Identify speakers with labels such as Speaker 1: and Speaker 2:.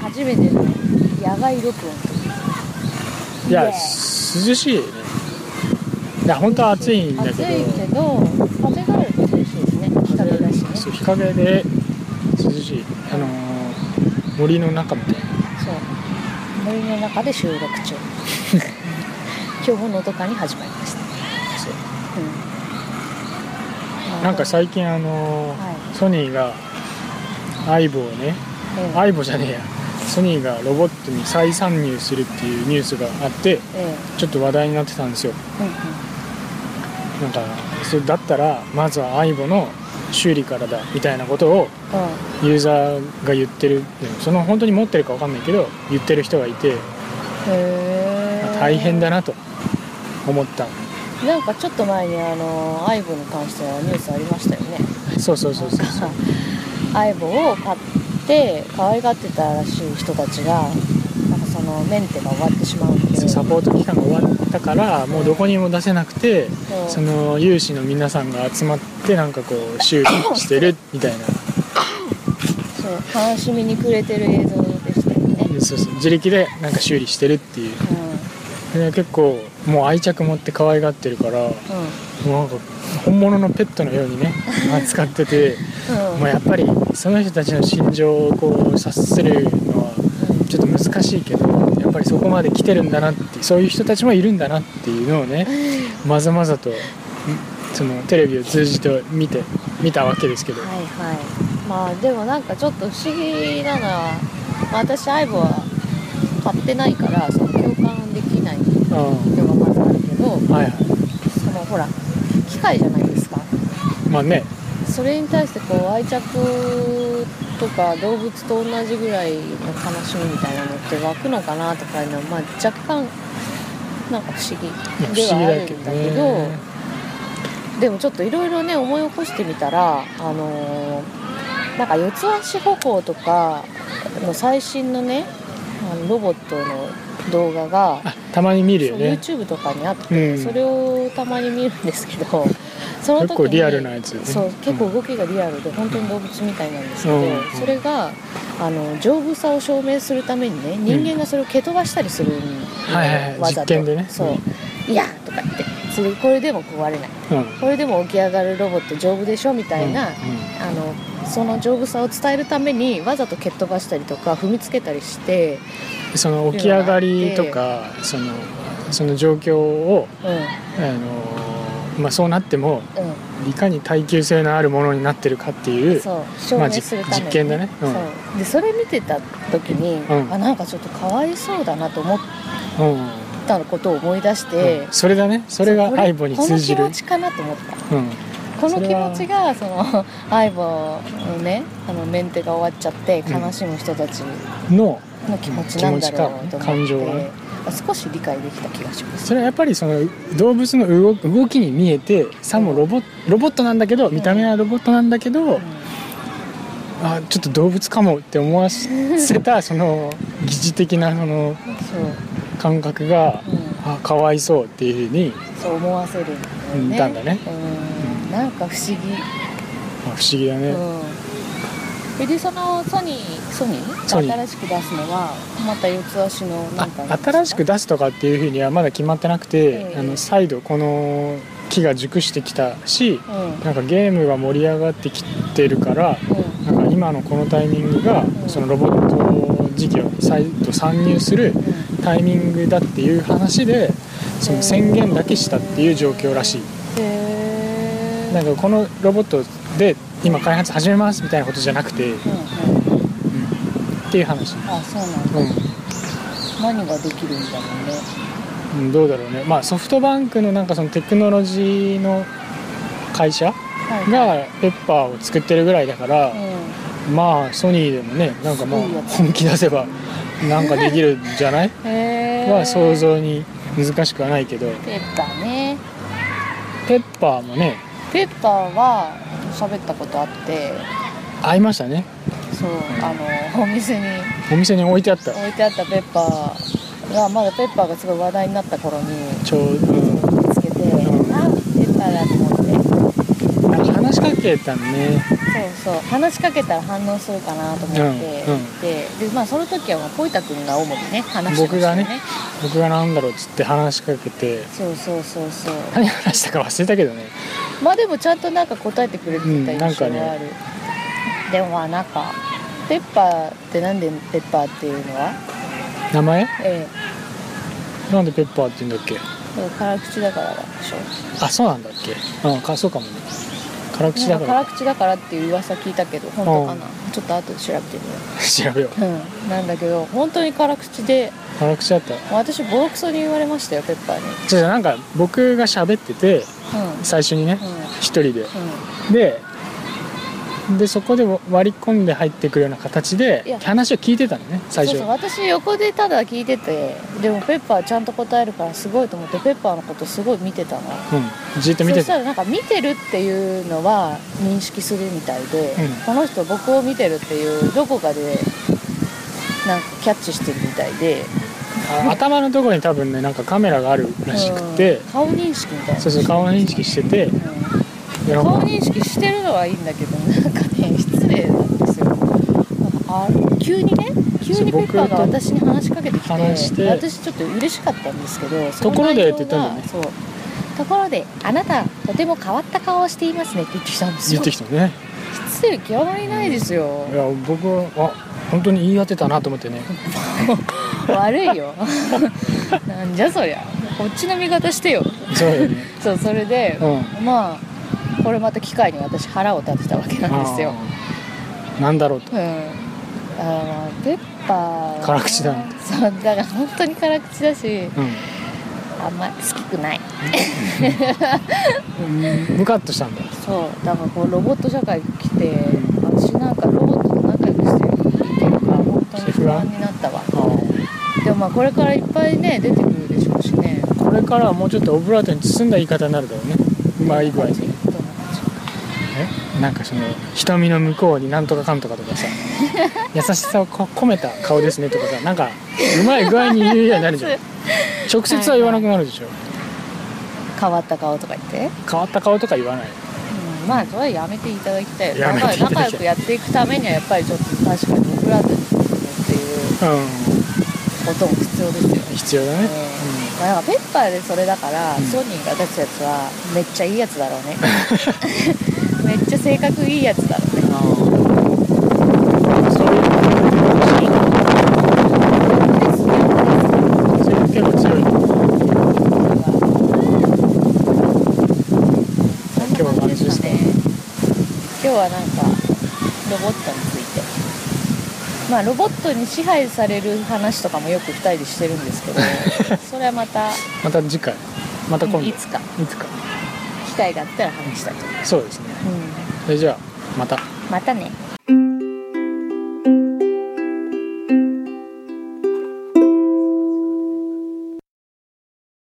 Speaker 1: 初めての野外録音
Speaker 2: いや
Speaker 1: ね
Speaker 2: 涼しいねいや本当は暑いんだけ
Speaker 1: 暑
Speaker 2: ど
Speaker 1: いけど風があると涼しいですね日陰だしね
Speaker 2: そ
Speaker 1: そう
Speaker 2: う日陰で涼しいあのー森の中みたいな
Speaker 1: 森の中で収録 中今日のどかに始まりました、
Speaker 2: そう
Speaker 1: うん
Speaker 2: なんか最近あのー
Speaker 1: は
Speaker 2: ソニーが相棒をね
Speaker 1: ええ
Speaker 2: 相棒じゃねえやソニーがロボットに再参入するっていうニュースがあって
Speaker 1: え
Speaker 2: ちょっと話題になってたんですよ
Speaker 1: えうんうん
Speaker 2: なんかそれだったらまずは相棒の修理からだみたいなことを
Speaker 1: うん
Speaker 2: ユーザーが言ってるその本当に持ってるか分かんないけど言ってる人がいて
Speaker 1: へー
Speaker 2: 大変だなと思った
Speaker 1: なんかちょっと前にあのアイボに関してはニュースありましたよね
Speaker 2: そうそうそうそうそう
Speaker 1: なんかアイボを買って可愛がってたらしい人たちがなんかそのメンテが終わってしまうっていう
Speaker 2: サポート期間が終わったからもうどこにも出せなく
Speaker 1: う
Speaker 2: て
Speaker 1: ん
Speaker 2: その有志の皆さんが集まってなんかこう修理してるみたいな
Speaker 1: そう悲しみに暮れてる映像でしたよね、
Speaker 2: でそうそう自力でなんか修理してるっていうで結構もう愛着持って可愛がってるからも
Speaker 1: うん
Speaker 2: うなんか本物のペットのようにね扱ってて
Speaker 1: うんうん
Speaker 2: もうやっぱりその人たちの心情をこう察するのはちょっと難しいけどやっぱりそこまで来てるんだなってそういう人たちもいるんだなっていうのをねまざまざとそのテレビを通じて見て見たわけですけど、
Speaker 1: はいはいまあでもなんかちょっと不思議なのは、まあ、私アイボは買ってないからその共感できないっていう
Speaker 2: うん
Speaker 1: のがまずあるけど
Speaker 2: はいは
Speaker 1: そのほら機械じゃないですか
Speaker 2: いまあね
Speaker 1: それに対してこう愛着とか動物と同じぐらいの悲しみみたいなのって湧くのかなとかいうのは、まあ、若干なんか不思議
Speaker 2: いや不
Speaker 1: で
Speaker 2: 思
Speaker 1: は
Speaker 2: 議
Speaker 1: あ
Speaker 2: だ
Speaker 1: る
Speaker 2: け
Speaker 1: ん
Speaker 2: ど
Speaker 1: だ
Speaker 2: ね
Speaker 1: けどでもちょっといろいろね思い起こしてみたらあのーなんか四つ足歩行とかの最新のねあのロボットの動画が
Speaker 2: あたまに見る
Speaker 1: そ
Speaker 2: よ
Speaker 1: う
Speaker 2: ね
Speaker 1: YouTube とかにあって、
Speaker 2: うん
Speaker 1: それをたまに見るんですけ どその時に
Speaker 2: 結構リアルなやつ、ね、
Speaker 1: そう結構
Speaker 2: ん
Speaker 1: 動きがリアルで本当に動物みたいなんですけど、
Speaker 2: うん
Speaker 1: それがあの丈夫さを証明するためにね人間がそれを蹴飛ばしたりするん
Speaker 2: はいはいはい
Speaker 1: わざと
Speaker 2: 実験でね
Speaker 1: そう「いや!」とか言ってそれこれでも壊れない
Speaker 2: うん
Speaker 1: これでも起き上がるロボット丈夫でしょみたいな、
Speaker 2: う
Speaker 1: あ
Speaker 2: ん
Speaker 1: のその丈夫さを伝えるためにわざと蹴っ飛ばしたりとか踏みつけたりして、
Speaker 2: その起き上がりとかそのその状況を、
Speaker 1: う
Speaker 2: あのまあ、そうなっても
Speaker 1: んうん、
Speaker 2: いかに耐久性のあるものになってるかっていう
Speaker 1: そう証
Speaker 2: まあ
Speaker 1: 明
Speaker 2: じ
Speaker 1: するために、
Speaker 2: 実験だねうん
Speaker 1: そうでそれ見てた時に、
Speaker 2: うん
Speaker 1: あなんかちょっとかわいそうだなと思っ
Speaker 2: うんうん
Speaker 1: たことを思い出して、
Speaker 2: それだねそれが
Speaker 1: そうこ
Speaker 2: 相棒に通じる
Speaker 1: この気持ちかなと思った
Speaker 2: うん
Speaker 1: この
Speaker 2: そ
Speaker 1: 気
Speaker 2: れは
Speaker 1: 持ちがその相棒のねあのメンテが終わっちゃって
Speaker 2: うん
Speaker 1: 悲しむ人たち
Speaker 2: の
Speaker 1: の気持ちなんだろうと思って、
Speaker 2: うん気持ちか感情がね
Speaker 1: 少し理解できた気がします
Speaker 2: それはやっぱりその動物の動動きに見えてさもロボロボットなんだけど見た目はロボットなんだけど、あちょっと動物かもって思わせたその疑似的なその
Speaker 1: うんそう
Speaker 2: 感覚が
Speaker 1: う
Speaker 2: あかわいそうっていうふうに
Speaker 1: ん、そう思わせるんだよ
Speaker 2: うん
Speaker 1: ね
Speaker 2: いたんだね
Speaker 1: うんなんか不思
Speaker 2: まあ不思議だ
Speaker 1: 議、
Speaker 2: ね、
Speaker 1: うん、でそのソニーソニ
Speaker 2: ソニ
Speaker 1: ー
Speaker 2: ー
Speaker 1: 新しく出すのはまた四つ足のなんか
Speaker 2: あ新しく出すとかっていうふうにはまだ決まってなくて、
Speaker 1: ええ
Speaker 2: あの再度この木が熟してきたし
Speaker 1: うんうん
Speaker 2: なんかゲームが盛り上がってきてるからなんか今のこのタイミングが
Speaker 1: ん
Speaker 2: そのロボット事業に再度参入するタイミングだっていう話でその宣言だけしたっていう状況らしい
Speaker 1: へえ
Speaker 2: なんかこのロボットで今開発始めますみたいなことじゃなくて、うん
Speaker 1: うんうん
Speaker 2: っていう話、
Speaker 1: あそうなんだ何ができるんだろうね
Speaker 2: うん、どうだろうねまあソフトバンクのなんかそのテクノロジーの会社
Speaker 1: はい
Speaker 2: がペッパーを作ってるぐらいだから、
Speaker 1: う
Speaker 2: まあソニーでもねなんかまあ
Speaker 1: すごいやつ
Speaker 2: 本気出せばなんかできるんじゃない
Speaker 1: んへえ
Speaker 2: は想像に難しくはないけど
Speaker 1: ペッパーね
Speaker 2: ペッパーもね
Speaker 1: ペッパーは喋ったことあって
Speaker 2: 合いましたね
Speaker 1: そうあのお店に
Speaker 2: お店に置いてあった
Speaker 1: 置いてあったペッパーがまだペッパーがすごい話題になった頃に
Speaker 2: ちょうど、
Speaker 1: 見つけて、
Speaker 2: うん
Speaker 1: あペッパーだと思って
Speaker 2: なんか話しかけたね
Speaker 1: そうそう話しかけたら反応するかなと思って、
Speaker 2: うんうん
Speaker 1: ででまあその時はまあポイタ君が主にね話してま
Speaker 2: 僕
Speaker 1: した
Speaker 2: が
Speaker 1: よね
Speaker 2: ね僕がなんだろうっつって話しかけて
Speaker 1: そうそうそうそう
Speaker 2: 何話したか忘れたけどね
Speaker 1: まあでもちゃんとなんか答えてくれてた
Speaker 2: うんなん
Speaker 1: 印
Speaker 2: か
Speaker 1: 象
Speaker 2: ね
Speaker 1: がある、でもまあなんかペッパーってなんでペッパーっていうのは
Speaker 2: 名前
Speaker 1: え
Speaker 2: なんでペッパーって言うんだっけ
Speaker 1: え辛口だからでしょ
Speaker 2: あそうなんだっけうんかそうかもね辛口だ
Speaker 1: な
Speaker 2: か
Speaker 1: ん
Speaker 2: ら
Speaker 1: 辛口だからっていう噂聞いたけど本当かなちょっと後で調べてみよ
Speaker 2: 調べよう
Speaker 1: う、うん、なんだけど本当に辛口で
Speaker 2: 辛口だった
Speaker 1: 私ボロクソに言われましたよペッパーに
Speaker 2: じゃあなんか僕が喋ってて
Speaker 1: う
Speaker 2: 最初にね
Speaker 1: んうん
Speaker 2: 一人でででそこで割り込んで入ってくるような形
Speaker 1: いや
Speaker 2: で話を聞いてたのね最
Speaker 1: そう
Speaker 2: 初
Speaker 1: そう私横でただ聞いててでもペッパーちゃんと答えるからすごいと思ってペッパーのことすごい見てたの
Speaker 2: うんじっと見
Speaker 1: そ
Speaker 2: て
Speaker 1: してたらなんか見てるっていうのは認識するみたいで、
Speaker 2: うん
Speaker 1: この人僕を見てるっていうどこかでなんかキャッチしてるみたいで
Speaker 2: あ頭のところに多分ねなんかカメラがあるらしくて
Speaker 1: うん顔認識みたいな
Speaker 2: そうそう顔認識してて
Speaker 1: うん
Speaker 2: でなん
Speaker 1: 顔
Speaker 2: か
Speaker 1: 認識してるのはいいんだけどなんかね失礼なんですよなんかあ急にね急にペッパーが
Speaker 2: そう僕と
Speaker 1: 私に話しかけてきて
Speaker 2: 話して
Speaker 1: 私ちょっと嬉しかったんですけどその
Speaker 2: ところで
Speaker 1: 内容
Speaker 2: って言ったんだよね
Speaker 1: がそうところで「あなたとても変わった顔をしていますね」って言ってきたんです
Speaker 2: 言
Speaker 1: よ
Speaker 2: ってきたね
Speaker 1: 失礼極まりないですよ
Speaker 2: いや僕はあ本当に言い当てたなと思ってね
Speaker 1: 悪いよなんじゃそりゃこっちの味方してよ
Speaker 2: そうよね
Speaker 1: そうそれで
Speaker 2: う、ん
Speaker 1: まあこれまた機会に私腹を立てたわけなんですよ
Speaker 2: あーなんだろうと
Speaker 1: うんあのペッパーは
Speaker 2: 辛口だね
Speaker 1: そうだから本当に辛口だし
Speaker 2: う
Speaker 1: あんまり好きくない
Speaker 2: んムカッとしたんだ
Speaker 1: そうだからこうロボット社会来て私なんかロボットと仲良くしてるから本当に不安になったわ
Speaker 2: あー
Speaker 1: でもまあこれからいっぱいね出てくるでしょうしね
Speaker 2: これからはもうちょっとオブラートに包んだ言い方になるだろうねうまい具合に
Speaker 1: どんな感じ
Speaker 2: えなんかその瞳の向こうになんとかかんとかと かさ優しさをこ込めた顔ですねとかさなんかうまい具合に言うようになるじゃん直接は言わなくなるでしょ
Speaker 1: 変わった顔とか言って、
Speaker 2: 変わった顔とか言わない
Speaker 1: うん、まあそれはやめていただきたい
Speaker 2: やめていただきたい
Speaker 1: 仲良くやっていくためにはやっぱりちょっと確かに僕らとっていう
Speaker 2: う
Speaker 1: ことも必要ですよね、
Speaker 2: ん必要だ
Speaker 1: うん
Speaker 2: ね
Speaker 1: まあ、なんかペッパーでそれだから、
Speaker 2: うん
Speaker 1: ソニーが出すやつはめっちゃいいやつだろうね めっちゃ性格いいやつだろうね
Speaker 2: あーそういうそういう結構強
Speaker 1: そ
Speaker 2: い
Speaker 1: んな感じですかね今日はなんかロボットについてまあロボットに支配される話とかもよく2人でしてるんですけどそれはまた
Speaker 2: また次回また今度
Speaker 1: いつか
Speaker 2: いつか
Speaker 1: 機会があったら話したいと思いま
Speaker 2: そうですね
Speaker 1: す、
Speaker 2: それじゃあまた
Speaker 1: またね
Speaker 3: 「